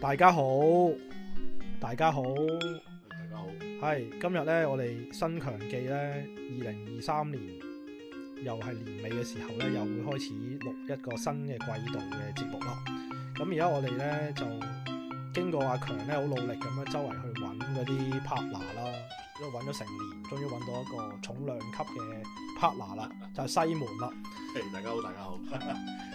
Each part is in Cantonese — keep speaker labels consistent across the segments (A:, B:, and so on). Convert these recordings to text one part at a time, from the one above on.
A: 大家好，大家好，係
B: 大家好，
A: 今日呢，我哋新強記呢，二零二三年又係年尾嘅時候呢，又會開始錄一個新嘅季度嘅節目啦。咁而家我哋呢，就經過阿強呢，好努力咁樣周圍去揾嗰啲 partner 啦，因為揾咗成年，終於揾到一個重量級嘅 partner 啦，就係西門啦。
B: 嘿，大家好，大家好，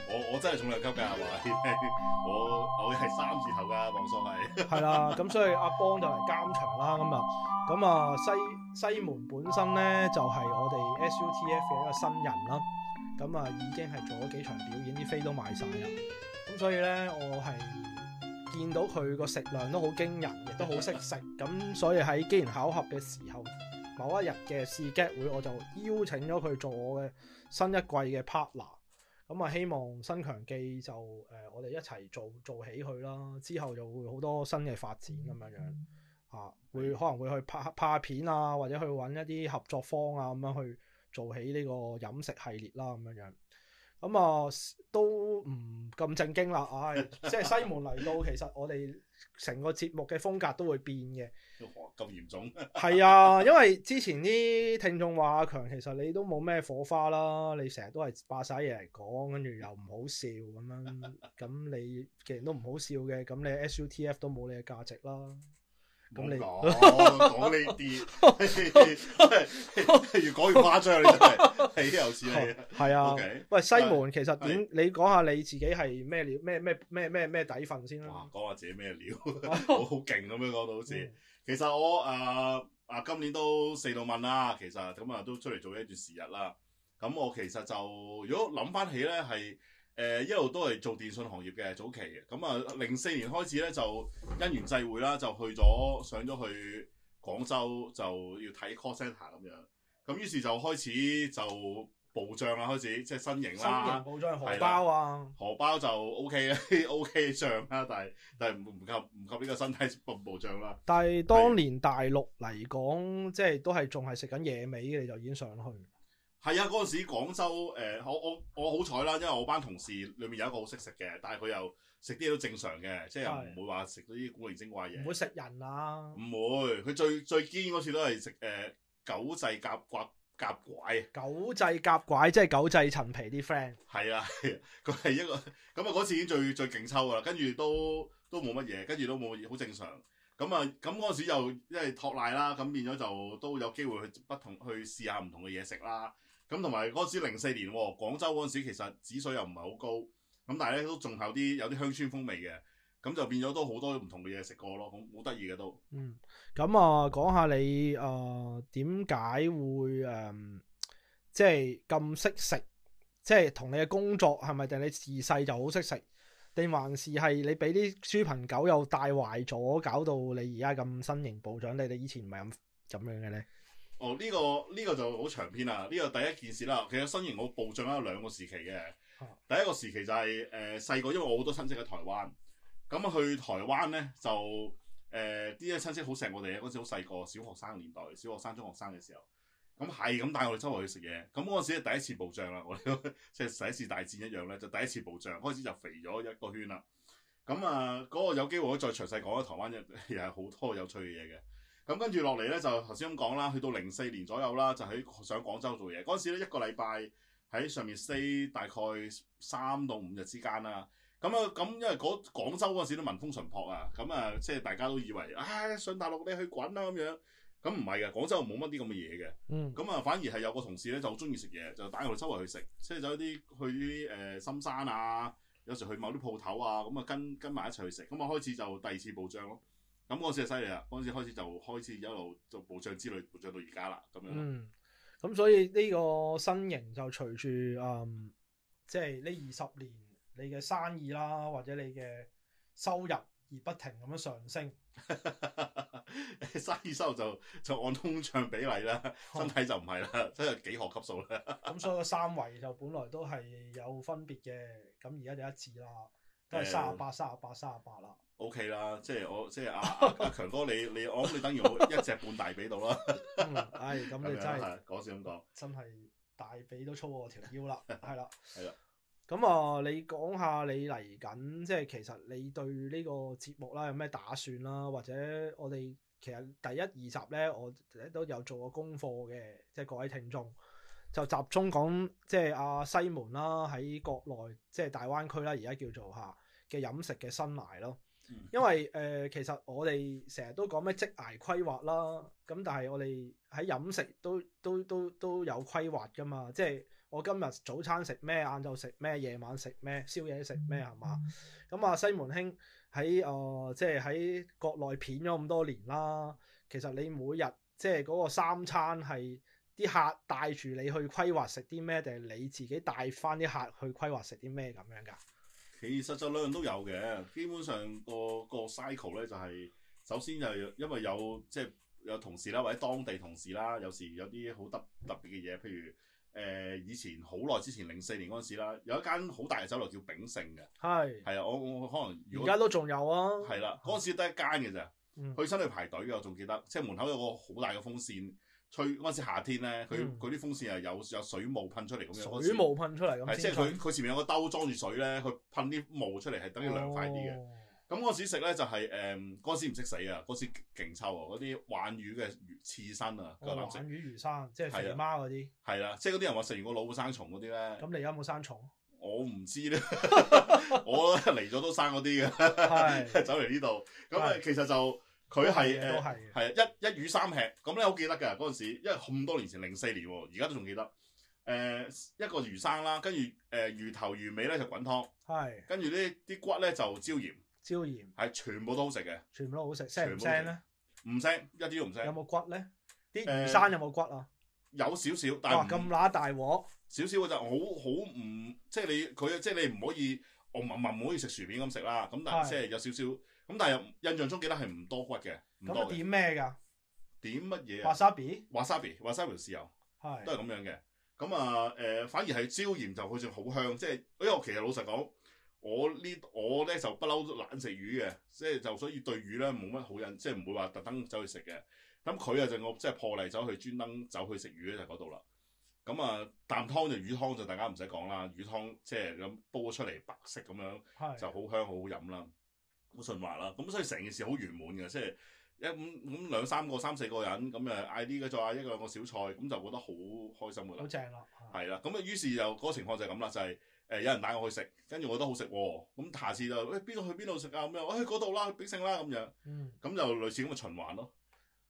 B: 我我真係重量級㗎，話你聽 我我係三字頭㗎，網上係，
A: 係啦，咁所以阿邦就嚟監場啦，咁啊，咁啊西西門本身咧就係、我哋 SUTF 嘅一個新人啦，咁啊已經係做咗幾場表演，啲飛都賣晒啦，咁所以咧我係見到佢個食量都好驚人，亦都好識食，咁所以喺機緣巧合嘅時候，某一日嘅試 get 會我就邀請咗佢做我嘅新一季嘅 partner。咁啊，希望新強記就誒、呃我哋一齊做做起佢啦。之後就會好多新嘅發展咁樣樣啊，會可能會去拍拍片啊，或者去揾一啲合作方啊咁樣去做起呢個飲食系列啦咁樣樣。咁啊，都唔咁正經啦，唉、即係西門嚟到，其實我哋成個節目嘅風格都會變嘅。
B: 哇咁嚴重，
A: 係啊，因為之前啲聽眾話阿強，其實你都冇咩火花啦，你成日都係霸晒嘢嚟講，跟住又唔好笑咁樣，咁你既然都唔好笑嘅，咁你 SUTF 都冇你嘅價值啦。咁你
B: 唔 好講講呢啲， 越講越誇張，你真係，嘿，又是你
A: 係啊，
B: ，OK，
A: 喂西門，其實點？你講下你自己係咩料？咩咩咩咩咩底份先
B: 哇
A: 啦？，嗯
B: 講下自己咩 料，好好勁咁樣講到好似。其實我誒啊、今年都四到問啦，其實咁啊都出嚟做一段時日啦。咁我其實就如果諗翻起咧，係誒、呃一路都係做電信行業嘅早期嘅。咁啊零四年開始咧就因緣際會啦，就去咗上咗去廣州就要睇 call centre 咁樣。咁於是就開始就暴漲啦，開始即係新型
A: 新
B: 啦
A: 型。報章荷包啊，
B: 荷包就 O K 啦，O K 漲啦，但係但係唔唔及唔及呢個身體暴暴漲啦。
A: 但係當年大陸嚟講，即係都係仲係食緊野味嘅，你就已經上去。
B: 係啊，嗰陣時廣州誒、呃我我我好彩啦，因為我班同事裏面有一個好識食嘅，但係佢又食啲嘢都正常嘅，即係又
A: 係
B: 唔會話食到啲古靈精怪嘢。
A: 唔會食人啊！
B: 唔會，佢最最堅嗰次都係食誒九製夾掛夾拐，啊
A: 九制夾拐即係九制陳皮啲 friend，
B: 係啊，係啊佢係一個咁啊嗰次已經最最勁抽噶啦，跟住都都冇乜嘢，跟住都冇乜嘢好正常。咁啊，咁嗰陣時又因為托賴啦，咁變咗就都有機會去不同去試下唔同嘅嘢食啦。咁同埋嗰陣時零四年喎，廣州嗰陣時其實指數又唔係好高，咁但係咧都仲有啲有啲鄉村風味嘅，咁就變咗都好多唔同嘅嘢食過咯，好好得意嘅都。
A: 嗯，咁啊講下你誒點解會誒、嗯即係咁識食，即係同你嘅工作係咪定你自細就好識食，定還是係你俾啲豬朋狗友帶壞咗，搞到你而家咁身形暴長？你哋以前唔係咁咁樣嘅咧？
B: 哦，呢、個呢、個就好長篇啦。呢、個第一件事啦，其實新型我暴漲有兩個時期嘅
A: 啊。
B: 第一個時期就係誒細個，因為我好多親戚喺台灣，咁啊去台灣咧就誒啲親戚好錫我哋嘅，嗰陣時好細個，小學生年代，小學生、中學生嘅時候，咁係咁帶我哋周圍去食嘢。咁嗰陣時係第一次暴漲啦，我哋 即係第一次大戰一樣咧，就第一次暴漲，開始就肥咗一個圈啦。咁啊，嗰、個有機會我再詳細講啦，台灣又又係好多有趣 嘅嘢嘅。咁跟住落嚟咧，就頭先咁講啦，去到零四年左右啦，就喺上廣州做嘢。嗰陣時咧，一個禮拜喺上面 stay 大概三到五日之間啦。咁啊，咁因為嗰廣州嗰陣時都民風淳朴啊，咁啊，即係大家都以為，唉、上大陸你去滾啦啊咁樣。咁唔係嘅，廣州冇乜啲咁嘅嘢嘅。
A: 嗯，
B: 咁啊，反而係有個同事咧就好中意食嘢，就帶我哋周圍去食，即係走啲去啲誒、呃深山啊，有時去某啲鋪頭啊，咁啊跟跟埋一齊去食，咁啊開始就第二次暴漲咯。咁嗰陣時就犀利啦，嗰陣時開始就開始一路就暴漲之類暴漲到而家啦，咁樣。
A: 嗯，咁所以呢個身形就隨住嗯，即係呢二十年你嘅生意啦，或者你嘅收入而不停咁樣上升。
B: 生意收入就就按通脹比例啦，
A: 哦
B: 身體就唔 係啦，真係幾何級數啦。
A: 咁所以個三圍就本來都係有分別嘅，咁而家就一致啦，都係
B: 誒
A: 三十八、三十八、三十八啦。
B: O K 啦，即係我即係阿阿 阿強哥，你你我諗你等於我一隻半大髀到啦，
A: 嗯，唉，咁
B: 咁
A: 你
B: 樣
A: 真係
B: 係講笑咁講。
A: 真係大髀都粗過我條腰啦，係啦，
B: 係啦。
A: 咁啊，你講下你嚟緊，即係其實你對呢個節目啦有咩打算啦，或者我哋其實第一二集咧，我都有做過功課嘅，即係各位聽眾就集中講即係阿西門啦，喺國內即係大灣區啦，而家叫做嚇嘅飲食嘅生涯咯。
B: 嗯
A: 因為誒、呃其實我哋成日都講咩職涯規劃啦，咁但係我哋喺飲食都都都都有規劃噶嘛，即係我今日早餐食咩，晏晝食咩，夜晚食咩，宵夜食咩係嘛？咁啊西門兄喺誒、呃即係喺國內片咗咁多年啦，其實你每日即係嗰個三餐係啲客帶住你去規劃食啲咩，定係你自己帶翻啲客去規劃食啲咩咁樣㗎？
B: 其實就兩樣都有嘅，基本上個個 cycle 咧就係、首先就係因為有即係有同事啦，或者當地同事啦，有時有啲好特特別嘅嘢，譬如誒、呃以前好耐之前零四年嗰陣時啦，有一間好大嘅酒樓叫炳勝嘅，
A: 係，
B: 係啊，我我我可能
A: 而
B: 如果
A: 家都仲有啊。
B: 係啦，嗰陣時得一間嘅咋，
A: 嗯
B: 去親去排隊嘅，我仲記得，即係門口有個好大嘅風扇。吹嗰陣時夏天咧，佢
A: 嗯
B: 佢啲風扇係有有水霧噴出嚟咁樣，嗰陣時
A: 水霧噴出嚟咁
B: 係即係
A: 先
B: 佢佢前面有個兜裝住水咧，佢噴啲霧出嚟係等於涼快啲嘅。
A: 嘅。
B: 咁嗰時食咧就係誒嗰時唔識死啊，嗰時勁臭啊，嗰啲鯇魚嘅魚刺身啊，
A: 我
B: 夠
A: 玩
B: 膽食
A: 魚魚生，即係
B: 係
A: 肥
B: 啊
A: 媽嗰啲。
B: 係啦，即係嗰啲人話食完個老虎生蟲嗰啲咧，
A: 咁你有冇生 蟲？
B: 我唔知 咧，我嚟咗都生嗰啲嘅，
A: 係
B: 走嚟呢度咁
A: 係
B: 誒，其實就佢係
A: 都係
B: 誒
A: 嘅。
B: 係啊一一魚三吃咁咧，好記得㗎嗰陣時，因為咁多年前零四年喎，而家都仲記得誒、一個魚生啦，跟住誒魚頭魚尾咧就滾湯，
A: 係
B: 跟住呢啲骨咧就椒鹽，
A: 椒鹽，
B: 係全部都好食嘅，
A: 全部都好食，腥唔
B: 全部都好食
A: 腥咧？
B: 唔腥一啲都唔腥
A: 有。冇骨咧？啲魚
B: 誒
A: 生有冇骨啊？
B: 有少少，但
A: 哇！咁
B: 係咁
A: 乸大鑊，
B: 少少嘅就好好唔即係你佢即係你唔可以，我唔唔可以食薯片咁食啦。咁但
A: 係
B: 係即係有少少，咁但係又印象中記得係唔多骨嘅，唔
A: 咁
B: 多
A: 啊
B: 嘅。
A: 點咩㗎
B: 點乜嘢啊
A: Wasabi
B: ？wasabi wasabi 豉油都
A: 係
B: 係咁樣嘅。咁啊誒，反而係椒鹽就佢仲好香，即係因為我其實老實講，我呢我咧就不嬲都懶食魚嘅，即係就所以對魚咧冇乜好印，即係唔會話特登走去食嘅。咁佢啊就我即係破例走去專登走去食魚咧就嗰度啦。咁啊啖湯就魚湯就大家唔使講啦，魚湯即係咁煲咗出嚟白色咁樣。
A: 係
B: 就好香好好飲啦，好順滑啦。咁所以成件事好圓滿嘅，即係一咁咁兩三個、三四個人咁誒嗌啲嘅，再嗌一兩個小菜，咁就覺得好開心噶
A: 好
B: 啦。
A: 正啦。係
B: 係啦，咁啊於是就嗰、個情況就係咁啦，就係、誒有人帶我去食，跟住我覺得好食喎，咁下次就誒邊度去邊度食啊咁樣，誒嗰度啦，去炳勝啦咁樣，
A: 嗯，
B: 咁就類似咁嘅循環咯。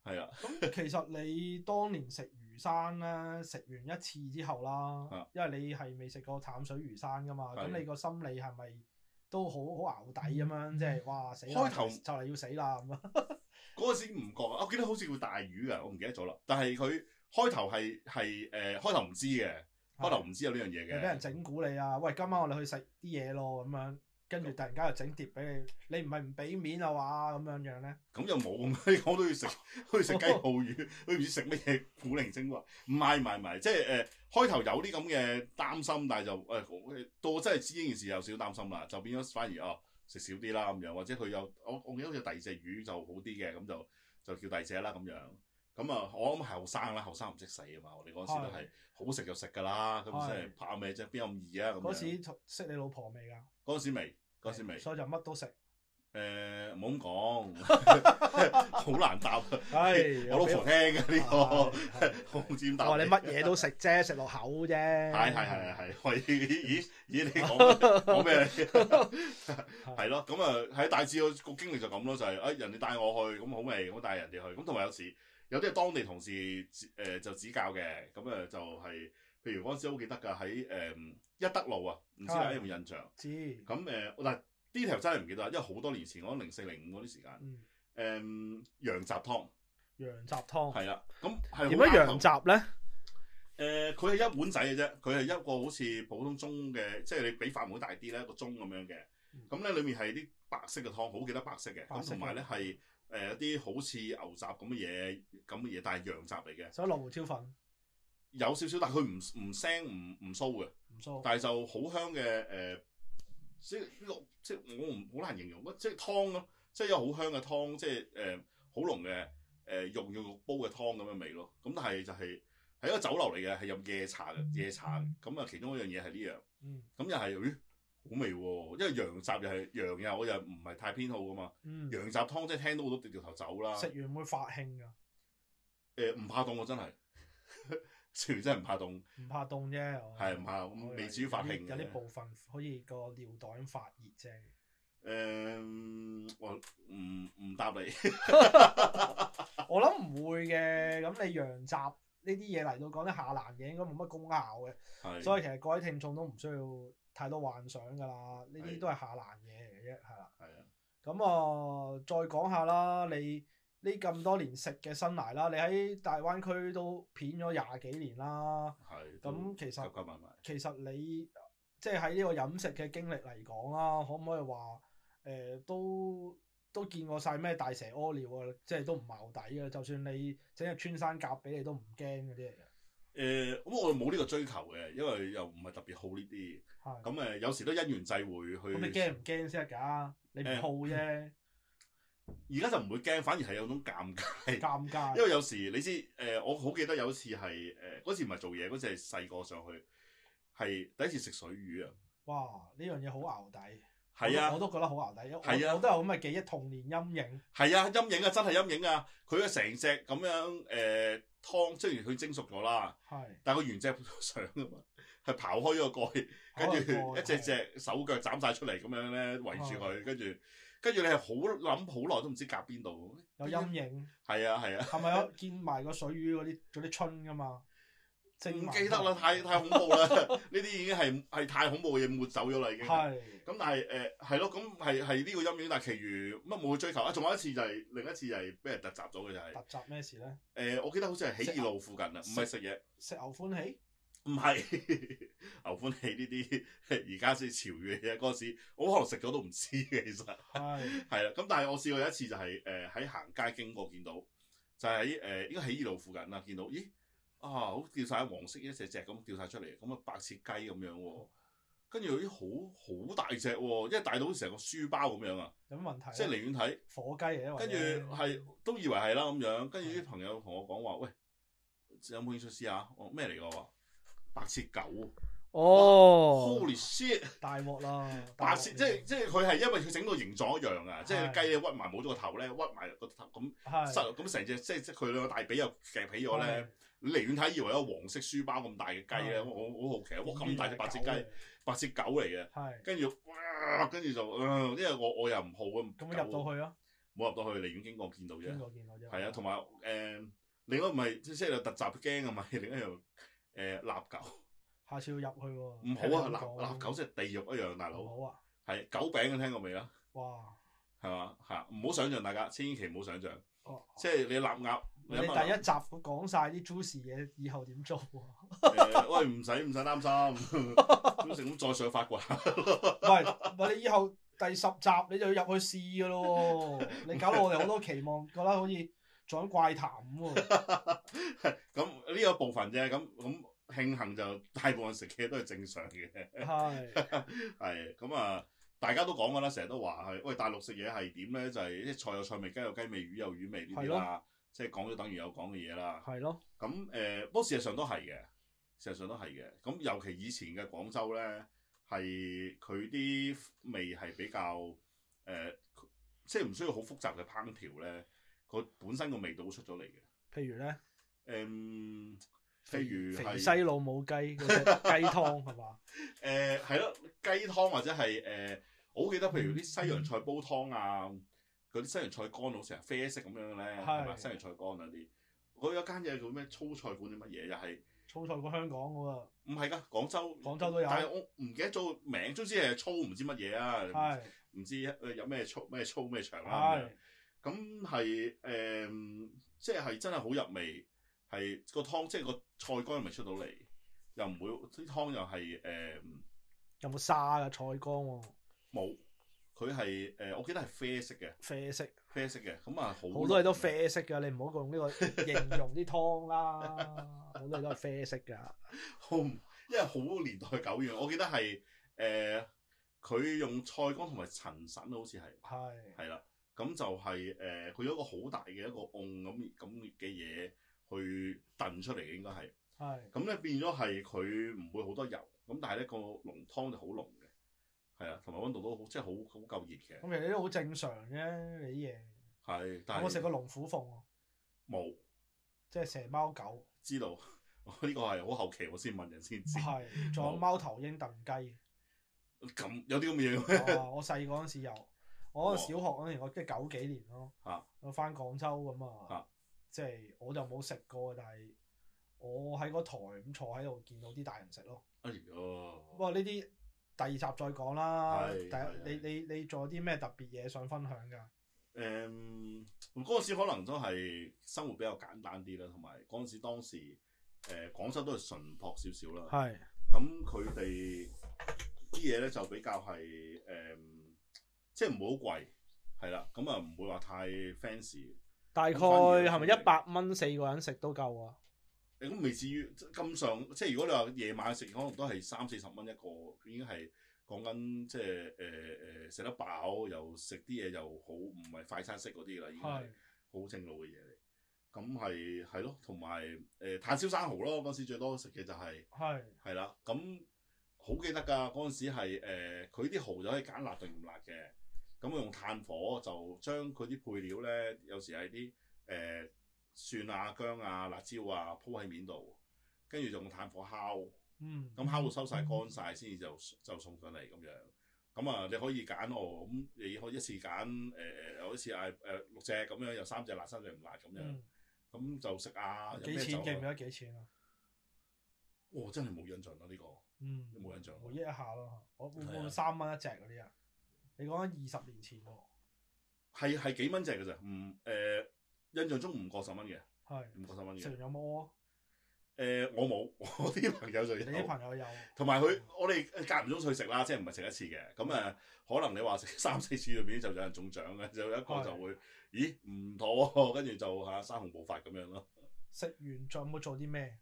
B: 係啊，
A: 咁其實你當年食魚生咧，食完一次之後啦
B: 啊，
A: 因為你係未食過淡水魚生噶嘛，
B: 係
A: 咁你個心理係咪都好好淆底咁樣？即係哇死啦！
B: 開頭
A: 就嚟要死啦咁啊！
B: 嗰陣時唔覺啊，我記得好似叫大魚㗎，我唔記得咗啦。但係佢開頭係係誒開頭唔知嘅，開頭唔知有呢樣嘢
A: 又俾人
B: 嘅，
A: 整蠱你啊！喂，今晚我哋去食啲嘢咯，咁樣跟住突然間又整碟俾你，你唔係唔俾面啊話咁樣樣咧？
B: 咁又冇咁， 我都要食。去食雞泡魚，都唔知食乜嘢古靈精怪。唔係唔係唔係，即係誒開頭有啲咁嘅擔心，但係就誒、好到我真係知呢件事有少少擔心啦，就變咗反而哦食少啲啦咁樣，或者佢有我我記得好似第二隻魚就好啲嘅，咁就就叫第二隻啦咁樣。咁啊，我諗係後生啦，後生唔識死啊嘛！我哋嗰時都係好食就食㗎啦，咁即係
A: 係
B: 怕咩啫？邊有咁易啊？咁
A: 嗰
B: 樣
A: 時識你老婆未㗎？
B: 嗰時未，嗰時未，誒
A: 所以就乜都食。
B: 唔好咁講，好 難答。啊
A: 唉，
B: 我老婆聽嘅呢個。
A: 個
B: 好
A: 啊
B: 尖
A: 我
B: 答
A: 話你乜嘢都食啫，食落口啫。
B: 係係係係係，喂咦咦你 講講咩？係咯，咁啊喺大致個經歷就咁咯，就係哎誒人哋帶我去，咁好味，咁帶人哋去，咁同埋有時有啲係當地同事指誒就指教嘅，咁誒就係譬如嗰陣時好記得㗎，喺誒一德路啊，唔知大家有冇印象？
A: 知。
B: 咁誒嗱 detail 真係唔記得啦，因為好多年前，我零四零五嗰啲時間，
A: 嗯，
B: 誒羊雜湯
A: 羊雜湯
B: 係啦，咁係
A: 點
B: 好
A: 樣
B: 啱
A: 羊
B: 口
A: 雜咧？
B: 誒，佢係一碗仔嘅啫，佢係一個好似普通盅嘅，即係你比飯碗大啲咧，一個盅咁樣嘅
A: 嗯。
B: 咁咧，裡面係啲白色嘅湯，好記得白色嘅。
A: 白
B: 咁
A: 色嘅
B: 同埋咧係誒有啲好似牛雜咁嘅嘢，咁嘅嘢，但係羊雜嚟嘅，
A: 所以落胡椒粉
B: 有少少，但係佢唔唔腥唔唔騷嘅，
A: 唔錯。
B: 但係就好香嘅誒、即係呢個即係我唔好難形容，即係湯咯，即係有好香嘅湯，即係誒好濃嘅誒肉肉肉煲嘅湯咁嘅味咯。咁但係就係、係一個酒樓嚟嘅，係飲夜茶嘅夜茶嘅。咁啊，其中一樣嘢係呢樣。
A: 嗯
B: 咁又係咦好味喎，因為羊雜又係羊又我又唔係太偏好噶嘛，
A: 嗯，
B: 羊啊雜湯即係聽到我都掉掉頭走啦。
A: 食完會發興噶，
B: 誒唔怕凍我真係， 食完真係唔怕凍，
A: 唔怕凍啫。我
B: 係唔怕咁
A: 我以為
B: 未至於發
A: 有啲
B: 興嘅
A: 有啲部分好似個尿袋咁發熱啫。
B: 誒我唔唔答你。
A: 我諗唔會嘅，咁你羊雜呢啲嘢嚟到講啲下欄嘢，應該冇乜功效嘅，
B: 係，
A: 所以其實各位聽眾都唔需要太多幻想㗎啦，呢啲
B: 係
A: 都係下欄嘢嚟嘅啫，係啦。
B: 係啊，
A: 咁啊，再講下啦，你呢咁多年食嘅生涯啦，你喺大灣區都片咗廿幾年啦，
B: 係。
A: 咁其實
B: 夾夾埋埋，
A: 其實你即係喺呢個飲食嘅經歷嚟講啦，可唔可以話誒、呃都都見過晒咩大蛇屙尿啊？即係都唔矛底嘅，就算你整隻穿山甲俾你都唔驚嗰啲嚟嘅。
B: 誒咁我冇呢個追求嘅，因為又唔係特別好呢啲，
A: 係
B: 咁誒有時都因緣際會去。
A: 咁你驚唔驚先得㗎？你唔
B: 誒
A: 好 啫，
B: 而家就唔會驚，反而係有種尷尬。
A: 尷
B: 因
A: 尬。
B: 為有時你知誒、呃我好記得有一次係誒嗰次唔係做嘢，嗰次係細個上去，係第一次食水魚啊，
A: 哇！呢樣嘢好淆底。
B: 係
A: 我
B: 啊，
A: 都我都覺得好淆底。
B: 係
A: 我
B: 啊
A: 我都有咁嘅記憶，童年陰影。
B: 係啊，陰影啊，真係陰影啊！佢嘅成隻咁樣誒、呃、湯，雖然佢蒸熟咗啦，
A: 係。
B: 但係佢原隻 上啊嘛，係刨開咗個蓋，跟住一隻隻手腳斬晒出嚟咁樣咧圍住佢，跟住跟住你係好諗好耐都唔知夾邊度，
A: 有陰影，
B: 係啊係啊，
A: 係咪有見埋個水魚嗰啲嗰啲春㗎嘛？蒸
B: 唔
A: 埋
B: 記得啦，太太恐怖啦！ 呢啲已經係係太恐怖嘅嘢抹走咗啦，已經。
A: 係
B: 咁但係誒係咯，咁係係呢個陰影，但係其餘乜冇去追求啊！仲有一次就係、另一次就係俾人突襲咗嘅就係、
A: 特集咩事咧？
B: 誒、我記得好似係起義路附近啊，唔係食嘢，
A: 食牛歡喜，
B: 唔係 牛歡喜呢啲而家先潮語嘅嘢。嗰陣時我可能食咗都唔知嘅，其實
A: 係
B: 係啦。咁但係我試過有一次就係誒喺行街經過見到，就係喺誒應該起義路附近啦，見到咦啊好掉晒黃色一隻隻咁掉晒出嚟，咁啊白切雞咁樣喎。跟住咦好好大隻喎，因為大到好似成個書包咁樣啊，
A: 有咩問題呢？
B: 即係離遠睇。
A: 火雞嚟嘅，
B: 跟住係都以為係啦咁樣，跟住啲朋友同我講話，喂，有冇興趣試下？我咩嚟㗎？話白切狗
A: 哦，
B: ，Holy shit！
A: 大鑊啦！
B: 白
A: 大鑊
B: 切即係即係佢係因為佢整到形狀一樣啊，即係
A: 係
B: 雞咧屈埋冇咗個頭咧，屈埋個頭咁
A: 係
B: 塞咁成隻，即係即係佢兩個大髀又夾起咗咧。，你離遠睇以為一個黃色書包咁大嘅雞咧，
A: 係
B: 我我好好奇，啊哇咁大隻白切雞，白切狗嚟嘅，
A: 係
B: 跟住哇，跟住就，呃因為我我又唔好咁，
A: 咁入到去啊？
B: 冇入到去，離遠經過見到啫
A: 邊。個見我啫？
B: 係啊，同埋誒，另外唔係即係有 突襲驚啊嘛，另一樣誒臘狗
A: 下次要入去喎。
B: 唔好啊，臘臘狗
A: 狗
B: 即係地獄一樣，大佬
A: 唔好啊！
B: 係狗餅你聽過未啊？
A: 哇！
B: 係嘛嚇，唔好想象大家，千祈唔好想象，
A: 哦
B: 即係你臘鴨，
A: 你
B: 你
A: 第一集
B: 諗下
A: 講晒啲 juicy 嘢，以後點做啊？
B: 誒喂唔使唔使擔心，咁成咁再上法國，
A: 喂，喂，你以後第十集你就要入去試噶咯喎， 你搞到我哋好多期望，覺得好似做緊怪談咁喎。
B: 咁呢個部分啫，咁咁慶幸就大部分食嘅都係正常嘅。
A: 係
B: 係咁啊！大家都講㗎啦，成日都話係喂大陸食嘢係點咧？就係、即係菜有菜味，雞有雞味，魚有魚味呢啲啦。即係講咗等於有講嘅嘢啦。
A: 係咯，
B: 咁誒、呃不過事實上都係嘅，事實上都係嘅。咁尤其以前嘅廣州咧，係佢啲味係比較誒、呃即係唔需要好複雜嘅烹調咧，佢本身個味道出咗嚟嘅。誒、嗯
A: 譬如咧，
B: 譬如
A: 肥
B: 係
A: 西老母雞嗰隻雞湯係嘛？
B: 誒呃係咯，雞湯或者係誒、呃我好記得譬如啲西洋菜煲湯啊，嗰啲西洋菜乾好成日啡色咁樣咧，
A: 係
B: 係咪西洋菜乾嗰啲？嗰有間嘢叫咩粗菜館定乜嘢，又係
A: 粗菜過香港嘅
B: 唔係㗎？廣州
A: 廣州都有
B: 但係我唔記得咗個名，總之係粗唔知乜嘢
A: 喎，
B: 啊，
A: 係
B: 唔知誒有咩粗咩粗咩長啦咁樣
A: 係
B: 咁係誒，即係真係好入味，係個湯即係個菜乾咪出到嚟，又唔會啲湯又係誒。呃
A: 有冇沙啊嘅菜乾喎？
B: 冇，佢係呃誒，我記得係啡色嘅，
A: 啡色，
B: 啡色嘅，咁啊好
A: 好多嘢都啡色㗎，你唔好用呢個形容啲湯啦，好多嘢都係啡色㗎。
B: 好唔，因為好年代久遠，我記得係誒，佢、用菜乾同埋陳腎好似係，
A: 係
B: 係啦，咁就係、誒，佢、有一個好大嘅一個甕咁咁嘅嘢去燉出嚟嘅應該係，
A: 係
B: 咁咧變咗係佢唔會好多油，咁但係咧個濃湯就好濃嘅，係啊，同埋温度都好，即係好好夠熱嘅。
A: 咁其實都好正常啫，你啲
B: 係，但
A: 嘢。我食
B: 係
A: 過龍虎鳳喎，
B: 冇
A: 即係蛇貓 狗，
B: 知道，我呢個係好後期我先問人先知。
A: 係仲有
B: 冇
A: 貓頭鷹燉 雞。哦
B: 咁有啲咁嘅嘢咩？
A: 哇！我細個嗰陣時有，我嗰陣小學嗰陣時，我即係九幾年咯
B: 啊，
A: 我翻廣州咁啊
B: 啊，
A: 即係我就冇食過，但係我喺個台咁坐喺度見到啲大人食咯。
B: 哎
A: 不
B: 呀，
A: 過呢啲第二集再講啦。
B: 係係
A: 第一你你你仲有啲咩特別嘢想分享㗎？
B: 誒嗰陣時可能都係生活比較簡單啲啦，同埋嗰陣時當時誒廣州都係淳樸少少啦。
A: 係
B: 咁佢哋啲嘢咧就比較係誒、嗯即係唔會好貴，係啦，咁啊唔會話太 fancy。
A: 大概係咪一百蚊四個人食都夠啊？
B: 誒咁未至於即係咁上，即係如果你話夜晚食，可能都係三四十蚊一個，已經係講緊即係誒誒食得飽，又食啲嘢又好，唔係快餐式嗰啲啦，已經係
A: 係
B: 好正路嘅嘢嚟。咁係係咯，同埋誒炭燒生蠔咯，嗰時最多食嘅就係、
A: 係
B: 係啦，咁好記得㗎。嗰陣時係誒佢啲蠔就可以揀辣定唔辣嘅。咁我用炭火就將佢啲配料咧，有時係啲誒蒜啊、薑啊、辣椒啊鋪喺面度，跟住就用炭火烤。
A: 嗯
B: 咁烤到收晒乾晒先至就就送上嚟咁樣。咁啊，你可以揀哦，咁你可以一次揀誒誒，有一次嗌誒六隻咁樣，有三隻辣，三隻唔辣咁樣。
A: 嗯
B: 咁就食啊，有
A: 幾
B: 咩酒
A: 錢記唔記
B: 啊？
A: 得幾錢啊？
B: 我真係冇印象啦，呢個
A: 嗯，
B: 冇印象
A: 回憶一下咯，我會唔
B: 係
A: 會
B: 啊
A: 三蚊一隻嗰啲啊？你講緊二十年前喎，
B: 係係幾蚊隻嘅咋？唔誒，印象中唔過十蚊嘅，
A: 係。
B: 唔過十蚊嘅
A: 食。完有冇屙？
B: 誒，我冇， 我啲朋友就
A: 你啲
B: 有。
A: 朋友有？
B: 同埋佢，我哋間唔中去食啦，即係唔係食一次嘅。咁誒，可能你話食三四次裏邊就有人中獎嘅，就有一個就會，咦唔妥喎，跟住就嚇生紅暴發咁樣咯。
A: 食完仲有冇做啲咩？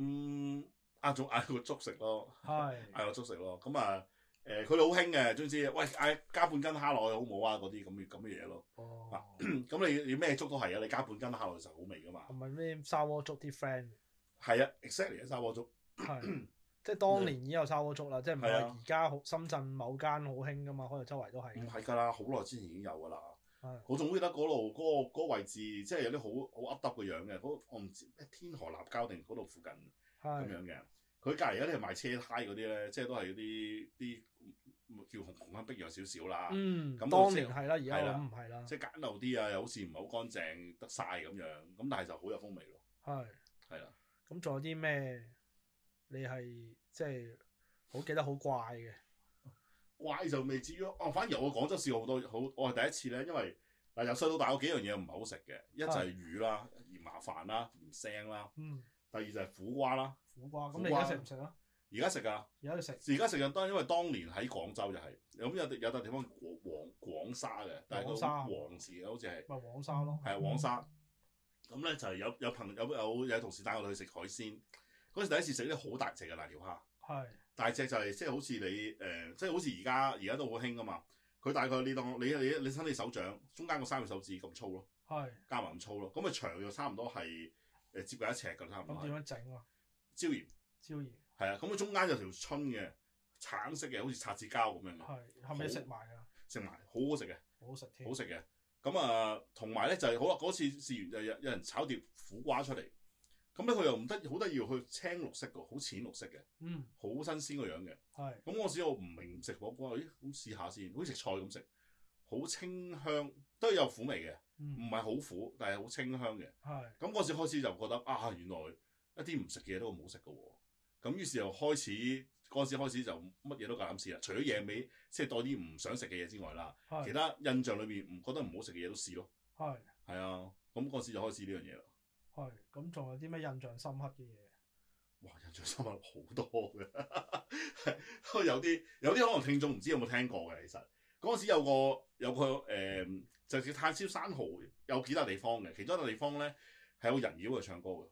B: 嗯，啊仲嗌個粥食咯，
A: 係
B: 嗌個粥食咯。咁啊誒，佢哋好興嘅，總之喂嗌加半斤蝦落去好唔好啊？嗰啲咁嘅咁嘅嘢咯。嗯
A: 哦，
B: 咁你你咩粥都係啊，你加半斤蝦落去就好味噶嘛
A: 同。埋咩砂鍋粥啲 friend
B: 係啊，exactly 係砂鍋粥。
A: 係，即係當年已經有砂鍋粥啦，即係唔
B: 係
A: 係
B: 啊
A: 而家好深圳某間好興噶嘛，可能周圍都係
B: 唔
A: 嘅。
B: 係㗎啦，好耐之前已經有㗎啦。
A: 係
B: 我仲記得嗰度嗰個嗰個位置，即係有啲好好噏耷嘅樣嘅。嗰我唔知咩天河立交定嗰度附近咁
A: 係
B: 樣嘅。佢隔離嗰啲係賣車胎嗰啲咧，即係都係嗰啲啲叫紅紅黑碧洋少少啦，
A: 嗯，
B: 咁
A: 當
B: 好似
A: 年係啦，而家
B: 係
A: 我
B: 啦
A: 諗唔係啦。
B: 即係簡陋啲啊，又好似唔係好乾淨得晒咁樣，咁但係就好有風味咯。
A: 係，
B: 係啦，
A: 咁仲有啲咩？你係即係好記得好怪嘅。
B: 怪就未至於，哦，反而我廣州試過好多好，我係第一次咧，因為嗱由細到大有幾樣嘢唔係好食嘅，一就係魚啦，嫌麻煩啦，嫌腥啦，
A: 嗯，
B: 第二就係苦瓜啦。
A: 苦瓜。咁
B: 苦
A: 你而家
B: 瓜
A: 食唔食啊？
B: 而家食啊！
A: 而家都食
B: 而家食嘅啊當然因為當年喺廣州就係、咁有地有笪地方叫廣廣廣沙嘅，但係
A: 廣
B: 個
A: 沙嗯
B: 黃字嘅好似係
A: 咪黃沙咯。
B: 係啊廣沙。咁咧就係有有朋友有有同事帶我哋去食海鮮，嗰時第一次食啲好大隻嘅瀨尿蝦，
A: 係
B: 大隻就係即係好似你誒、呃即係好似而家而家都好興噶嘛。佢大概你當你你你伸你手掌中間個三個手指咁粗咯，
A: 係。
B: 加埋咁粗咯，咁啊長就差唔多係誒接近一尺㗎，差唔多
A: 咁點
B: 係。
A: 樣整啊？
B: 椒鹽
A: 椒鹽
B: 係啊，咁佢中間有條春嘅橙色嘅，好似擦紙膠咁樣嘅。
A: 係係咪食埋㗎？
B: 食埋好好食嘅，
A: 好好食添
B: 好。食嘅。咁啊，同埋咧就係、好啦，嗰次試完就有有人炒碟苦瓜出嚟，咁咧佢又唔得好得意喎，佢青綠色嘅，好淺綠色嘅，
A: 嗯，
B: 好新鮮個樣嘅。
A: 係
B: 咁嗰時我唔明食火鍋，咦咁試下先，好似食菜咁食，好清香，都有苦味嘅，唔
A: 嗯
B: 係好苦，但係好清香嘅。
A: 係
B: 咁嗰時開始就覺得啊，原來一啲唔食嘅嘢都咁好食嘅喎。咁於是就開始嗰陣時開始就乜嘢都夠膽試啦，除咗野味，即係多啲唔想食嘅嘢之外啦。其
A: 係
B: 他印象裏面唔覺得唔好食嘅嘢都試咯。
A: 係
B: 係啊，咁嗰陣時就開始呢樣嘢啦。
A: 係。咁仲有啲咩印象深刻嘅嘢？
B: 哇！印象深刻啊好多嘅，係 有啲有啲可能聽眾唔知有冇聽過嘅，其實嗰陣時有個有個誒、就叫炭燒生蠔，有幾笪地方嘅，其中一笪地方咧係有人妖去唱歌嘅。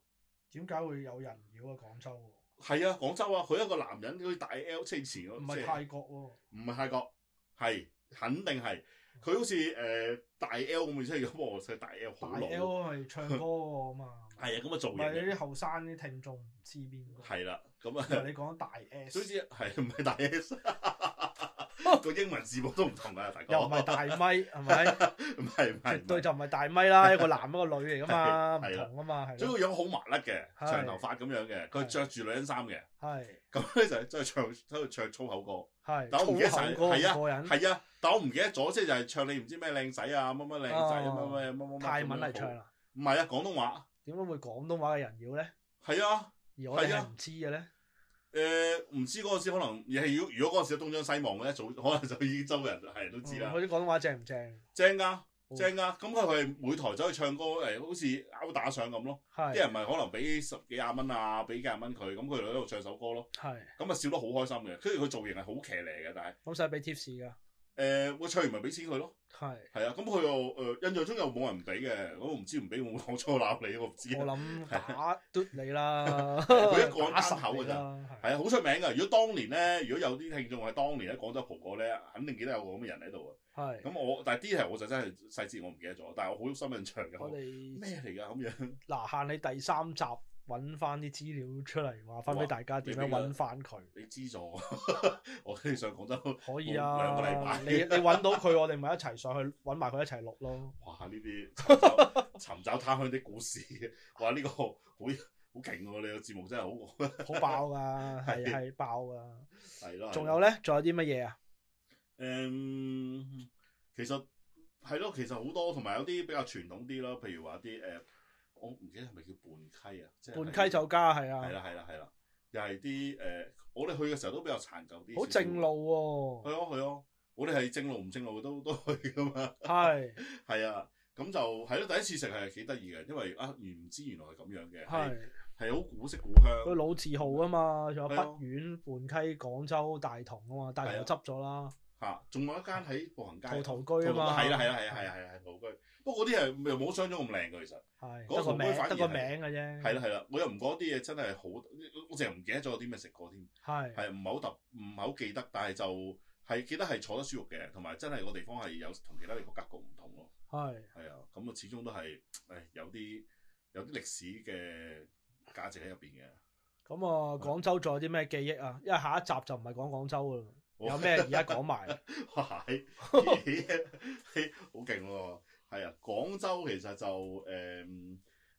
A: 點解會有人妖啊？廣州喎，
B: 係啊，廣州啊，佢一個男人好似大 L，即係以前嗰
A: 唔
B: 即
A: 係
B: 係
A: 泰國喎。
B: 唔係泰國，係肯定係佢好似誒、呃大 L 咁嘅，即係咁我細大 L
A: 大
B: 好老，係
A: L 係唱歌嗰個 嘛，
B: 啊咁嘅造
A: 唔係你
B: 型，
A: 啲後生啲聽眾唔知邊個。
B: 係啦，咁
A: 以為
B: 啊，
A: 你講大 S，
B: 總之係唔係大 S？個英文字母都唔同啊，大哥，
A: 哦又唔係大咪係 咪？
B: 唔係唔
A: 絕
B: 係唔
A: 對
B: 係，
A: 就唔係大咪啦，一個男一個女嚟噶嘛，唔
B: 係係啦
A: 同啊嘛，係
B: 所以
A: 咯，
B: 個樣好麻甩嘅，
A: 係
B: 長頭髮咁樣嘅，佢着住女人衫嘅，
A: 係
B: 咁咧就真係唱喺度唱粗口歌。
A: 係。
B: 但我唔記得晒
A: 粗口
B: 係啊
A: 歌個人
B: 係啊，但我唔記得咗，即係就係唱你唔知咩靚仔啊，乜乜靚仔啊，
A: 哦
B: 乜乜乜乜乜
A: 泰文嚟唱
B: 咁樣
A: 啦，
B: 唔係啊，廣東話
A: 點解會廣東話嘅人妖咧？
B: 係啊，
A: 而我哋
B: 係
A: 係
B: 啊
A: 唔知嘅咧，
B: 誒唔知嗰陣時可能亦係如如果嗰陣時東張西望咧，早 可能就已經周圍人係人都知
A: 嗯
B: 啦
A: 嗰，啲廣東話正唔正？
B: 正㗎
A: 哦
B: 正㗎，咁佢係每台走去唱歌誒，好似勾打上咁咯，啲
A: 係
B: 人咪可能俾十幾廿蚊啊，俾幾廿蚊佢，咁佢就喺度唱首歌咯，
A: 係，
B: 咁啊笑得好開心嘅，跟住佢造型係好騎呢嘅，但係誒、
A: 咁使俾 tips
B: 我唱完咪俾錢佢咯。
A: 噶，係。
B: 係啊，咁佢又誒、印象中又冇人唔俾嘅，我唔知唔俾會唔會講粗口鬧你，我唔知
A: 我
B: 啊。
A: 諗打嘟你 啦，
B: 佢一個人
A: 打神
B: 單口
A: 你
B: 㗎咋
A: 啦，係
B: 係啊，好出名㗎。如果當年咧，如果有啲聽眾係當年喺廣州蒲過咧，肯定記得有個咁嘅人喺度啊。
A: 係。
B: 咁我但係 detail 我就真係細節我唔記得咗，但係我好深印象
A: 我
B: 嘅。
A: 哋
B: 咩嚟㗎咁樣？
A: 嗱，限你第三集揾翻啲資料出嚟，話
B: 啊
A: 翻俾大家點樣揾翻佢。
B: 你知咗 我我哋上廣州，
A: 可以
B: 兩個禮
A: 啊，
B: 拜
A: 你你揾到佢，我哋咪一齊上去揾埋佢一齊錄咯。
B: 哇！呢啲尋找尋找他鄉的故事，哇！呢、個好好勁喎！你個節目真係好
A: 好爆 㗎，係
B: 係
A: 係爆㗎。
B: 係咯。係咯
A: 仲有咧，仲有啲乜嘢啊？
B: 誒、其實係咯，其實好多，同埋有啲比較傳統啲咯，譬如話啲誒，我唔記得係咪叫半溪啊，即係
A: 半溪酒家係
B: 係
A: 啊，
B: 啦係啦係啦，又係啲誒，我哋去嘅時候都比較殘舊啲，
A: 好正，路
B: 係咯係咯，我哋係正路唔正路都都去噶嘛，
A: 喎，係
B: 係啊，咁就係咯，第一次食係幾得意嘅，因為啊原唔知原來係咁樣嘅，係
A: 係
B: 係好古色古
A: 佢
B: 香，
A: 老字號啊嘛，仲有
B: 係啊
A: 北苑、半溪、廣州、大同啊嘛，大同
B: 係
A: 又
B: 啊
A: 執咗啦，
B: 嚇，仲有一間喺步行街，
A: 陶陶居啊嘛，
B: 係啦係啦係啦係啦係啦，陶居，不過嗰啲係又冇想像咁靚嘅其實。
A: 係
B: 嗰
A: 得個
B: 個
A: 名
B: 反而
A: 得個
B: 係
A: 名嘅啫，
B: 係啦係啦，我又唔講啲嘢真係好，我淨係唔記得咗有啲咩食過添，
A: 係啊
B: 係唔係好特唔係好記得，但係就係記得係坐得舒服嘅，同埋真係個地方係有同其他地方格局唔同咯。
A: 係
B: 係啊，咁啊始終都係誒有啲有啲歷史嘅價值喺入邊嘅。
A: 咁啊，廣州仲有啲咩記憶啊？因為下一集就唔係講廣州噶
B: 哦
A: 啦，有咩而家講埋？
B: 哇？係咦嘿好勁喎！係啊，廣州其實就誒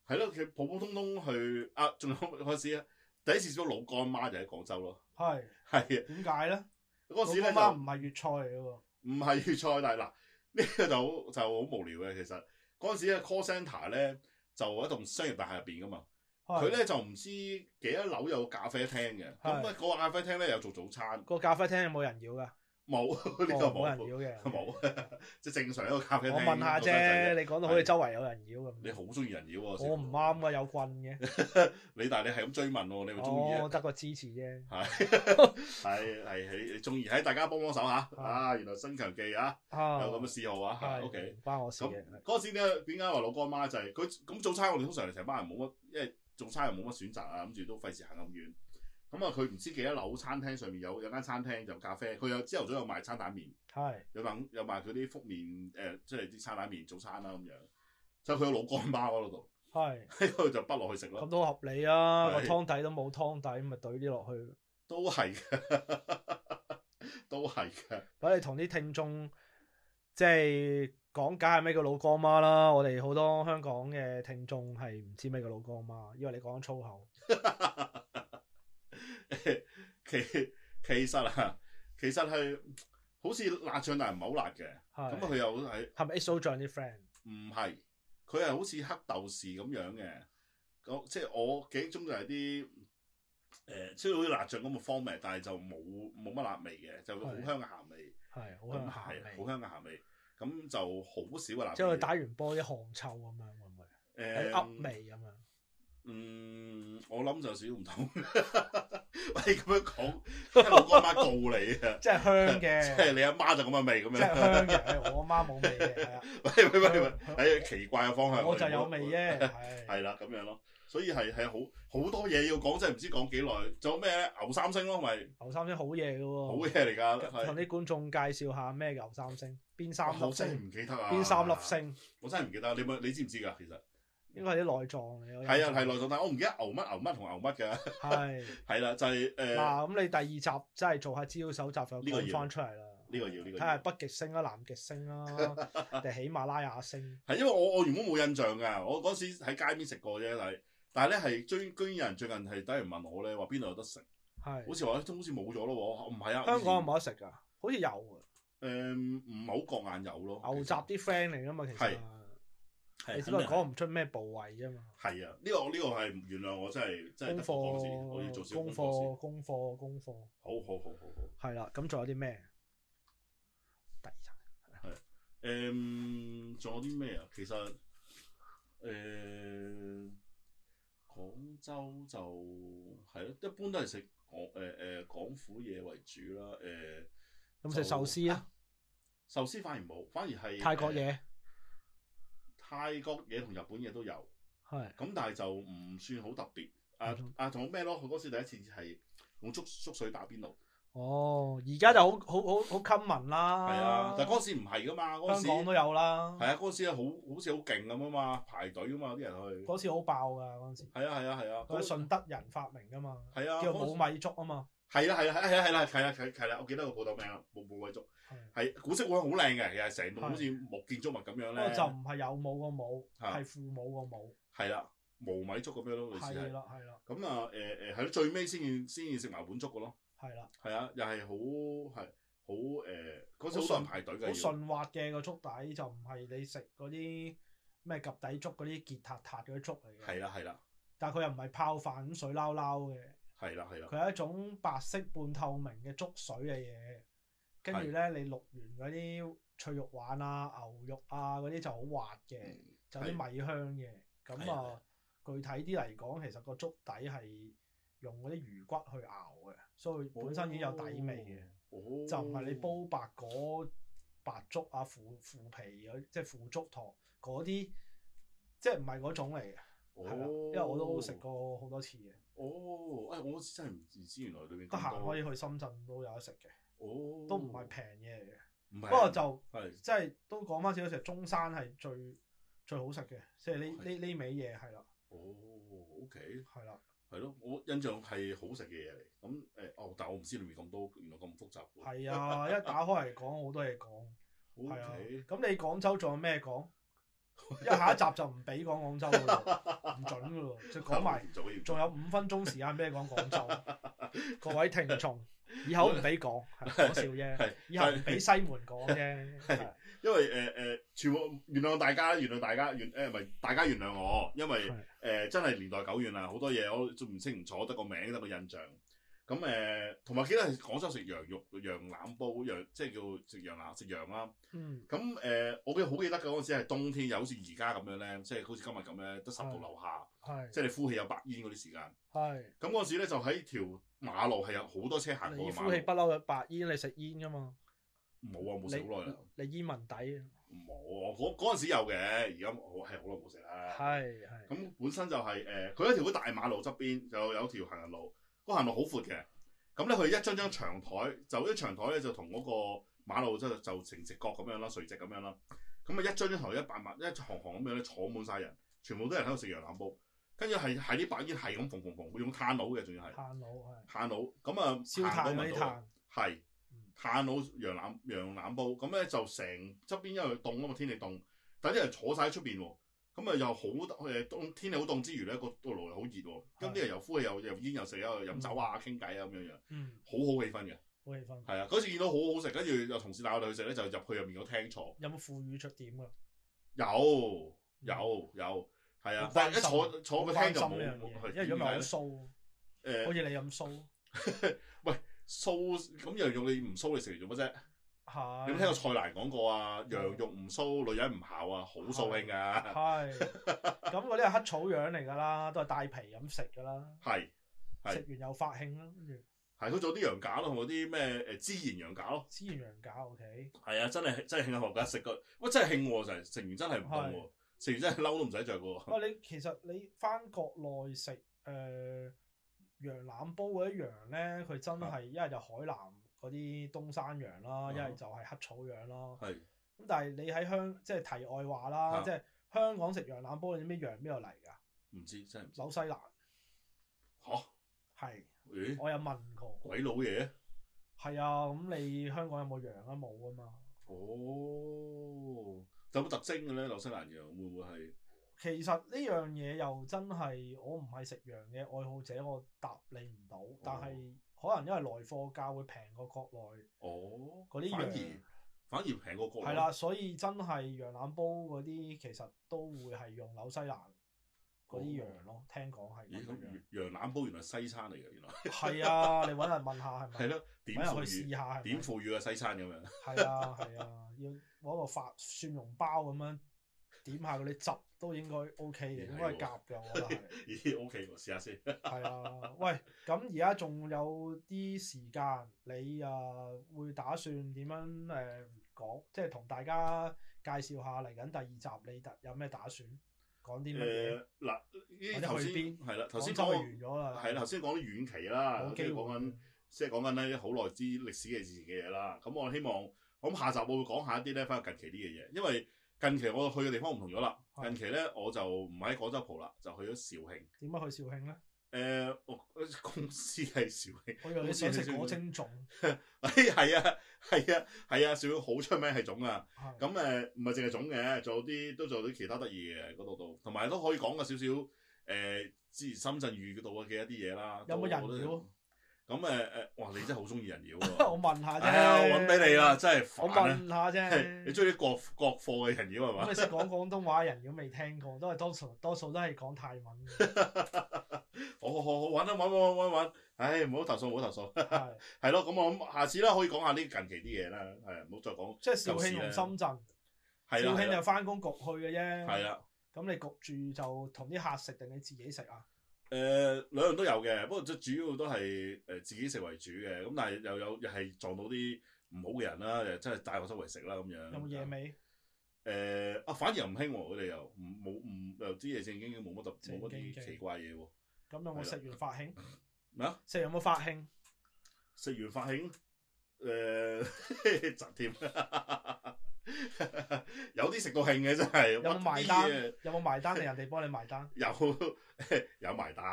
B: 係咯，佢普普通通去啊，仲有開始啊，第一次食到老乾媽就喺廣州咯，
A: 係
B: 係啊。
A: 點解咧？
B: 嗰陣時咧
A: 老乾媽
B: 就
A: 唔係粵菜嚟嘅喎，
B: 唔係粵菜，但係嗱呢個就好就好無聊嘅其實。嗰陣時咧 call centre 咧就喺棟商業大廈入邊噶嘛，
A: 係
B: 佢咧就唔知幾多樓有咖啡廳嘅，
A: 係
B: 咁咧嗰個咖啡廳咧有做早餐，
A: 個咖啡廳有冇人妖㗎？呢
B: 冇呢個
A: 冇
B: 冇
A: 人妖嘅。
B: 冇，即係正常一個咖啡廳。
A: 我問下
B: 早餐仔
A: 啫，。你講到好似周圍有人妖
B: 你
A: 咁，
B: 好中意人妖喎，
A: 我唔啱㗎，有棍嘅，
B: 你，但係你係咁追問喎，你咪中意
A: 我
B: 啊？
A: 得個支持啫。
B: 係係係你你中意，喺大家幫幫手嚇
A: 係
B: 啊！原來新強記啊，有
A: 啊，
B: 咁嘅嗜好啊
A: 係
B: 係，OK。
A: 唔關我事
B: 咁
A: 嘅。係
B: 嗰陣時咧，點解話老乾媽就係佢咁早餐，我哋通常成班人冇乜，因為早餐又冇乜選擇啊，諗住都費事行咁遠。咁啊，佢唔知幾多樓餐廳上面有有間餐廳有咖啡，佢有朝頭早有賣餐蛋麵，
A: 係
B: 有賣有賣佢啲福麵誒，即係啲餐蛋麵早餐啦咁樣。就佢有老乾媽嗰度，
A: 係，
B: 喺度就不落去食
A: 咁
B: 咯，
A: 都合理啊！
B: 係
A: 個湯底都冇湯底，咁咪懟啲落去。
B: 都係嘅， 都係嘅，
A: 我哋同啲聽眾即係講解係咩叫老乾媽啦。我哋好多香港嘅聽眾係唔知咩叫老乾媽，以為你講粗口。
B: 其其實啊，其實係好似辣醬，但係唔係好辣嘅。
A: 係
B: 咁啊佢又係。
A: 係咪 XO 醬啲 friend？
B: 唔係，佢係好似黑豆豉咁樣嘅，我即係我記憶中就係啲誒，即係好似辣醬咁嘅方味，但係就冇冇乜辣味嘅，就好香嘅鹹味，
A: 係好
B: 咁
A: 香
B: 係
A: 鹹
B: 好
A: 味，
B: 香嘅鹹味，咁就好少嘅辣味。
A: 即係佢打完波啲汗臭咁樣，會唔會？有啲噏
B: 誒，
A: 味咁樣。
B: 嗯，我諗就少唔同。 喂，咁 樣講，老乾媽告你啊！
A: 即係香
B: 即係
A: 嘅，
B: 你阿媽就咁嘅味咁
A: 即係
B: 樣。
A: 香嘅。我媽冇 味嘅，係啊，
B: 喂喂喂喂，係奇怪嘅方向。
A: 我就
B: 哋
A: 有
B: 冇
A: 味啫。係
B: 係啦，咁樣咯。所以係係好好多嘢要講，真係唔知講幾耐。仲有咩咧？牛三星咯，咪
A: 牛三星好嘢嘅
B: 好
A: 喎，
B: 嘢嚟㗎，
A: 同
B: 係
A: 啲觀眾介紹下咩牛三星，邊三
B: 我
A: 粒
B: 真
A: 星，
B: 係唔記得啊！
A: 邊三粒？星，
B: 我真係唔記得，你咪你知唔知㗎？其實
A: 應該係啲內臟嚟。
B: 係啊係內臟，但係我唔記得牛乜牛乜同牛乜㗎。
A: 係
B: 係啦，就係呃誒呢
A: 嗱，咁你第二集真係做下資料搜集就
B: 呢個
A: 講
B: 要
A: 翻出嚟啦。
B: 個要呢
A: 睇
B: 個
A: 下
B: 要。
A: 北極星啦、南極星 啦，定係喜馬拉雅星。
B: 係因為我我原本冇印象㗎，我嗰時喺街邊食過啫，但係但係咧係居居然有人最近係得人問我咧，話邊度有得食？好
A: 係
B: 似話好似冇咗咯喎，唔係啊，
A: 嗯香港有冇得食㗎？好似有啊，
B: 誒唔係好覺眼有咯，
A: 牛雜啲 friend 嚟㗎嘛，其實
B: 係。哦係
A: 你只不過
B: 肯定係
A: 講唔出咩部位啫嘛。
B: 係啊，呢個呢個係原諒我真係真係
A: 功
B: 得我講先，我要做
A: 課、
B: 少
A: 功
B: 功課先。
A: 課、功課、功課，
B: 好好好好好。
A: 係啦。咁仲有啲咩？第二集
B: 誒，仲有啲咩啊？其實誒，廣州就係咯，一般都係食港誒誒港府嘢為主啦。誒，
A: 有冇食壽司啊？
B: 壽司反而冇，反而係
A: 泰國
B: 誒
A: 嘢
B: 泰國嘢同日本嘢都有。
A: 係
B: 咁但係就唔算好特別。啊
A: 嗯
B: 啊，同咩咯？佢嗰時第一次係用竹竹水打邊爐，
A: 哦，而家就好好好好 common 啦。
B: 係啊，但係嗰時唔係噶嘛，嗰
A: 香
B: 時
A: 港都有啦
B: 係。啊，嗰時好好似好勁咁啊嘛，排隊啊嘛，啲人去。
A: 嗰次好爆㗎嗰陣時，
B: 係啊係啊係啊，
A: 佢係
B: 嗰
A: 順德人發明㗎嘛，
B: 係啊，
A: 叫
B: 嗰
A: 冇
B: 時
A: 米粥啊嘛。
B: 係啦係啦係啦係啦係啦係啦啊係啦，我記得個鋪頭名啦，冇冇位粥，
A: 係
B: 係啊古色古香好靚嘅，又係成棟
A: 係
B: 好似木建築物咁樣
A: 不過就
B: 咧，
A: 唔係啊有母個母，
B: 嚇
A: 係父母個母，
B: 係啦，無米粥咁樣咯，類似
A: 係
B: 係。
A: 啦係啦
B: 咁啊誒誒係咯，最尾先至先至食埋碗粥嘅咯，
A: 係啦，
B: 係啊，又係好係好誒嗰
A: 好
B: 時好
A: 順
B: 多人排隊
A: 好
B: 嘅要。
A: 順滑嘅個粥底就唔係你食嗰啲咩及底粥嗰啲結塔塔嗰啲粥嚟嘅，
B: 係啦係啦
A: 但係佢又唔係泡飯咁水撈撈嘅，
B: 係啦係啦，
A: 佢係一種白色半透明嘅粥水嘅嘢，跟住咧你淥完嗰啲脆肉丸啊、牛肉啊嗰啲就好滑嘅，
B: 嗯
A: 就有啲米香嘅，咁
B: 係
A: 啊具體啲嚟講，其實個粥底係用嗰啲魚骨去熬嘅，所以本身已經有底味嘅。
B: 哦
A: 就唔係你煲白果白粥啊、腐腐皮嗰即係腐竹糖嗰啲，即係唔係嗰種嚟嘅，係啦、因為我都食。過好多次嘅，
B: 哦，誒、我好似真係唔知原來裏面
A: 得
B: 咁
A: 閒
B: 多
A: 可以去深圳都有得食嘅，
B: 哦，
A: 都唔係平嘢嚟嘅。
B: 唔係
A: 不
B: 啊，
A: 過就
B: 係
A: 即係都講翻少少，其實中山係最最好食嘅，即係呢
B: 哦係
A: 呢呢味嘢係啦，
B: 哦，OK，
A: 係啦，
B: 係咯，我印象係好食嘅嘢嚟。咁誒、哦，但我唔知裏面咁多，原來咁複雜喎。
A: 係啊，一打開嚟講好多嘢講，
B: O
A: 係啊
B: K，。
A: 咁你廣州仲有咩講？因為下一集就唔俾講廣州噶咯，唔準噶咯，就講埋。
B: 仲要
A: 仲有五分鐘時間俾你講廣州， 各位聽眾，以後唔俾講，係講笑啫，
B: 係，
A: 以後唔
B: 係
A: 俾西門講啫，係
B: 因為誒誒、全部原諒大家，原諒大家，原誒唔係大家原諒我，因為誒
A: 係、
B: 真係年代久遠啦，好多嘢我都唔清唔楚，得個名得個印象。咁誒，同埋記得係廣州食羊肉、羊腩煲、羊即係叫食羊腩、食羊啦。
A: 嗯，
B: 咁誒、我記得好記得嘅嗰陣時係冬天，又好似而家咁樣咧，即係好似今日咁咧，得十度樓下，
A: 係
B: 即係你呼氣有白煙嗰啲時間。
A: 係，
B: 咁嗰陣時咧就喺條馬路係有好多車行
A: 你
B: 過嘅
A: 呼氣
B: 馬
A: 不嬲有白煙，你食煙噶嘛，
B: 路。冇啊，冇食好耐啦。
A: 你煙民底，啊
B: 冇，嗰嗰陣時有嘅，而家我係好耐冇食啦。
A: 係係
B: 咁本身就係、誒，佢、一條好大馬路側邊就有條行人路，個行人路好闊嘅。咁咧佢一張張長台，就啲長台咧就同嗰個馬路即係就成直角咁樣啦，垂直咁樣啦。咁啊一張張台一百萬一行行咁樣咧坐滿晒人，全部都係喺度食羊腩煲，跟住係係啲白煙係咁縫縫縫，用炭爐嘅仲要係
A: 炭佬係
B: 炭爐，咁啊
A: 燒炭嗰啲
B: 行到聞到
A: 炭，
B: 係
A: 嗯
B: 炭佬羊腩羊腩煲，咁咧就成側邊因為凍啊嘛，天氣凍，但啲人坐晒喺出邊喎，咁啊又好誒凍，天氣好凍之餘咧，個個爐又好熱喎，咁啲人又呼氣又又煙又食又飲酒啊傾偈啊咁樣樣，
A: 嗯，
B: 好好氣氛嘅，
A: 好氣氛，
B: 係啊，嗰次見到好好食，跟住有同事帶我哋去食咧，就入去入面個廳坐，
A: 有冇腐乳出點噶？
B: 有有有，係啊
A: 嗯好，
B: 但
A: 關
B: 係
A: 心
B: 一坐坐個廳
A: 關
B: 就
A: 心呢樣
B: 冇冇
A: 嘢，
B: 係
A: 因為如果咪
B: 點
A: 好
B: 解
A: 騷，
B: 咧
A: 好
B: 誒
A: 似你咁騷，
B: 酥咁羊肉你唔酥你食嚟做乜啫？
A: 係
B: 你有冇聽過蔡瀾講過啊？羊肉唔酥，女人唔姣啊，好掃興 啊！
A: 係，咁嗰啲係黑草樣嚟㗎啦，都係帶皮咁食㗎啦，
B: 係係
A: 食完又發興啦，跟住
B: 係，佢做啲羊架咯，同嗰啲咩誒孜然羊架咯。
A: 資源羊架，OK，
B: 係啊，真係真係慶下學㗎，食個喂真係慶喎，就係食完真係唔凍
A: 係
B: 喎。食完真係嬲都唔使着 嘅喎。
A: 喂，你其實你翻國內食誒、呃羊腩煲嗰啲羊咧，佢真係一係就海南嗰啲東山羊啦，
B: 啊
A: 一係就係黑草羊啦。
B: 係
A: 咁但係你喺香即係題外話啦，
B: 啊
A: 即係香港食羊腩煲，你知唔知羊邊度嚟㗎？
B: 唔知真係唔知
A: 紐西蘭
B: 嚇？
A: 係，
B: 咦
A: 我有問過。
B: 鬼佬嘢？
A: 係啊，咁你香港有冇羊啊？冇啊嘛。
B: 哦，有冇特徵嘅咧？紐西蘭羊會唔會係
A: 其實呢樣嘢又真係我唔係食羊嘅愛好者，我答你唔到。
B: 哦
A: 但係可能因為來貨價會平過國內。
B: 哦
A: 嗰啲
B: 反
A: 羊
B: 而反而平過國內
A: 係啦，所以真係羊腩煲嗰啲其實都會係用紐西蘭嗰啲羊咯，聽講係
B: 哦咦
A: 咁
B: 咁
A: 樣。
B: 羊腩煲原來西餐嚟嘅，原來
A: 係啊， 你揾人問下係咪？
B: 係，咯，點腐
A: 揾人去試
B: 乳
A: 下係
B: 點
A: 咪？
B: 腐乳嘅西餐咁樣，
A: 係啊係啊，要攞個發蒜蓉包咁樣點下嗰啲汁都應該 OK 嘅，
B: 咦
A: 應
B: 係
A: 該係
B: 喎
A: 夾嘅，我覺得係。
B: 咦 OK 我試下先。
A: 係啊，喂，咁而家仲有啲時間，你啊會打算點樣誒講？即係同大家介紹下嚟緊第二集你特有咩打算，講啲乜嘢？
B: 誒呃嗱，
A: 或
B: 呢
A: 者
B: 頭
A: 去
B: 先
A: 邊
B: 係啦，頭先
A: 廣州就
B: 講
A: 完咗啦，
B: 係啦，頭先講啲遠期啦，
A: 冇
B: 即
A: 機
B: 係
A: 會
B: 講緊即係講緊咧好耐之歷史嘅事嘅嘢啦。咁我希望咁下集我會講下一啲咧，翻近期啲嘅嘢，因為近期我去嘅地方唔同咗啦。
A: 係
B: 近期咧我就唔喺廣州蒲啦，就去咗肇慶。
A: 點解去肇慶咧？
B: 誒、我 公司係肇慶，
A: 我以為你想食果蒸粽，
B: 哎係啊係啊係啊，肇慶好出名係種啊。
A: 係
B: 咁誒唔係淨係種嘅，仲有啲都仲有啲其他得意嘅嗰度度，同埋都可以講嘅少少誒，之前深圳遇到嘅一啲嘢啦。
A: 有冇人
B: 都
A: 妖？
B: 咁誒誒，哇！你真係好中意人妖喎！
A: 我問下啫，
B: 唉，我揾俾你啦，，真係
A: 我
B: 煩啊！
A: 問下 啫。
B: 你中意啲國國貨嘅人妖係
A: 咁
B: 嘛
A: 你？識講廣東話嘅人，如果未聽過，都係多數多數都係講泰文 嘅。
B: 好好好好揾啊揾揾揾揾！唉，唔好投訴唔好投訴，
A: 係
B: 係咯。咁我諗下次啦，可以講下呢近期啲嘢啦，係唔好再講。
A: 即係肇慶
B: 啊
A: 同深圳，
B: 係啦
A: 肇
B: 係
A: 慶
B: 啦
A: 就翻工焗去嘅啫。
B: 係，啊啦，
A: 咁你焗住就同啲客食定你自己食啊？
B: 誒呃兩樣都有嘅，不過最主要都係誒自己食為主嘅。咁但係又有又係撞到啲唔好嘅人啦，又真係啊帶我周圍食啦咁樣。
A: 有冇野味？
B: 誒、啊，反而又唔興喎，佢哋又唔冇唔又啲嘢正經嘅，冇乜特冇乜啲奇怪嘢喎。
A: 咁有冇食完發興？
B: 啊咩啊？
A: 食完有冇發興？
B: 食完發興，呃 誒窒添， 有啲食到興嘅真係。
A: 有冇埋
B: 單？
A: 單？有冇 埋單定人哋幫你埋單？
B: 有有 埋單，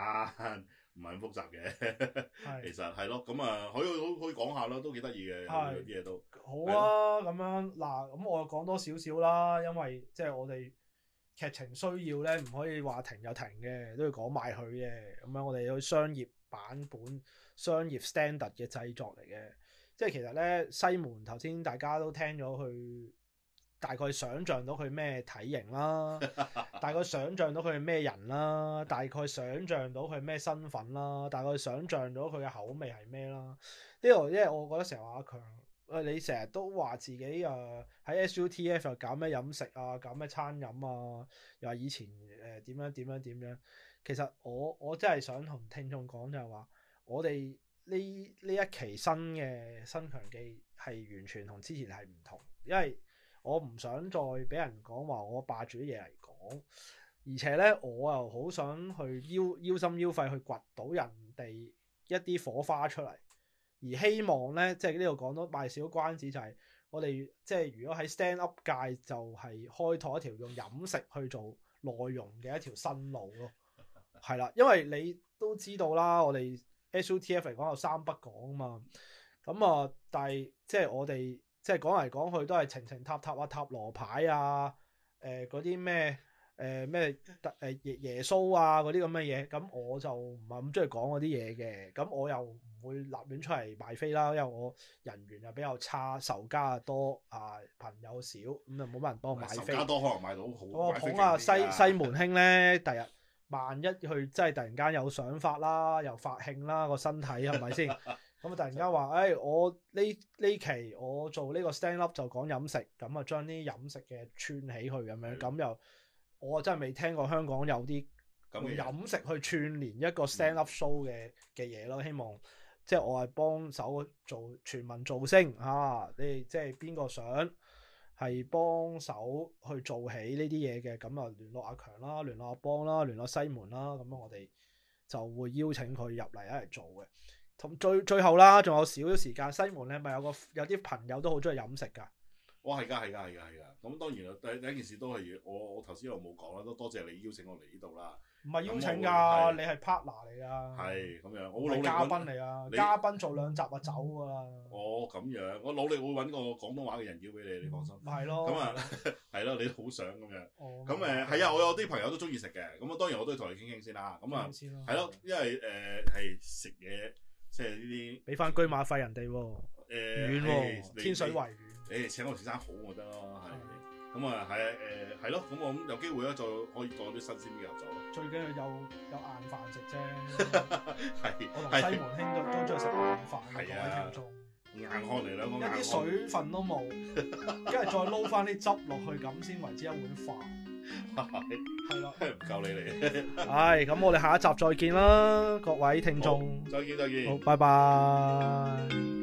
B: 唔係咁複雜嘅。
A: 係
B: 其。實係咯，咁啊，可以可以講下咯，都幾得意嘅，
A: 係
B: 有啲嘢都
A: 好啊，咁樣嗱，咁我講多少少啦，因為即係我哋劇情需要咧，唔可以話停就停嘅，都要講埋佢嘅。咁樣我哋有商業版本、商業 standard 嘅製作嚟嘅。即係其實咧，西門頭先大家都聽咗佢，大概想像到佢咩體型啦，大概想像到佢係咩人啦，大概想像到佢咩身份啦，大概想像到佢嘅口味係咩啦。呢度因為我覺得成日話阿強，喂你成日都話自己呃誒喺、SUTF 又搞咩飲食啊，搞咩餐飲啊，又話以前誒點、樣點樣點樣。其實我我真係想同聽眾講就係話，我哋呢呢一期新嘅新強記係完全同之前係唔同，因為我唔想再俾人講話我霸住啲嘢嚟講，而且咧我又好想去腰腰心腰肺去掘到人哋一啲火花出嚟，而希望咧即係呢度講多賣少關子就係、我哋即係如果喺 stand up 界就係開拓一條用飲食去做內容嘅一條新路咯，係啦，因為你都知道啦，我哋 SUTF 嚟講有三不講啊嘛，咁啊，但係即係我哋即係講嚟講去都係情情塔塔啊、塔羅牌啊、誒嗰啲咩誒咩誒耶耶穌啊嗰啲咁嘅嘢，咁我就唔係咁中意講嗰啲嘢嘅，咁我又唔會立亂出嚟賣飛啦，因為我人緣又比較差，仇家又多啊，朋友少，咁就冇乜人幫我買
B: 仇
A: 飛
B: 家。多可能買到好。
A: 我
B: 買飛
A: 捧啊
B: 勁
A: 西
B: 啲㗎
A: 西門兄咧，第日萬一佢真係突然間有想法啦，又發興啦，個身體係咪 先？咁啊，突然間話，誒、哎我呢呢期我做呢個 stand up 就講飲食，咁啊將啲飲食嘅串起去咁樣，
B: 嗯
A: 咁又我真係未聽過香港有啲
B: 咁
A: 用
B: 嘅人
A: 飲食去串連一個 stand up show 嘅嘅嘢咯，希望即係我係幫手做全民造星啊！你哋即係邊個想係幫手去做起呢啲嘢嘅，咁啊聯絡阿強啦，聯絡阿邦啦，聯絡西門啦，咁啊樣我哋就會邀請佢入嚟一齊做嘅。同最最後啦，仲有少少時間，西門咧咪有個有啲朋友都好中意飲食㗎。
B: 哇，係㗎，係㗎，係㗎，係㗎。咁當然啦，第第一件事都係我我頭先又冇講啦，都多謝你邀請我嚟呢度啦。
A: 唔係邀請
B: 咁我
A: 㗎，
B: 會係
A: 你係 partner 嚟㗎，
B: 係咁樣，
A: 唔
B: 我
A: 啊係
B: 好努力
A: 嘉
B: 揾
A: 賓嚟㗎，
B: 你嗯
A: 嘉賓做兩集就走㗎啦，
B: 哦，咁樣，我努力會揾個廣東話嘅人妖俾你，你放心。
A: 咪係咯。
B: 咁啊，係咯，你好想咁樣。
A: 哦，
B: 咁誒係啊，我有啲朋友都中意食嘅，咁啊當然我都要同佢傾傾先啦。咁啊
A: 聽先啦
B: 係咯，，因為誒係食嘢，即係呢
A: 俾翻居馬費人哋喎，遠
B: 啲誒係
A: 喎，
B: 你
A: 天水圍遠。
B: 你誒請我食生好咪得咯，
A: 哦
B: 係咁啊係誒係咯，咁我咁有機會咧，再可以做啲新鮮嘅合作咯。
A: 最緊要有有晏飯食 啫。
B: 係
A: 我同西
B: 係
A: 門兄都都中意食晏飯嘅，
B: 係啊
A: 各位
B: 硬漢嚟兩
A: 聽眾，一
B: 個硬
A: 啲
B: 漢，
A: 水分都冇，跟住再撈翻啲汁落去，咁先為之一碗飯。係啦，
B: 真係唔夠你嚟。
A: 唉，咁我哋下一集再見啦，各位聽眾，
B: 再見再見
A: 好，。拜拜。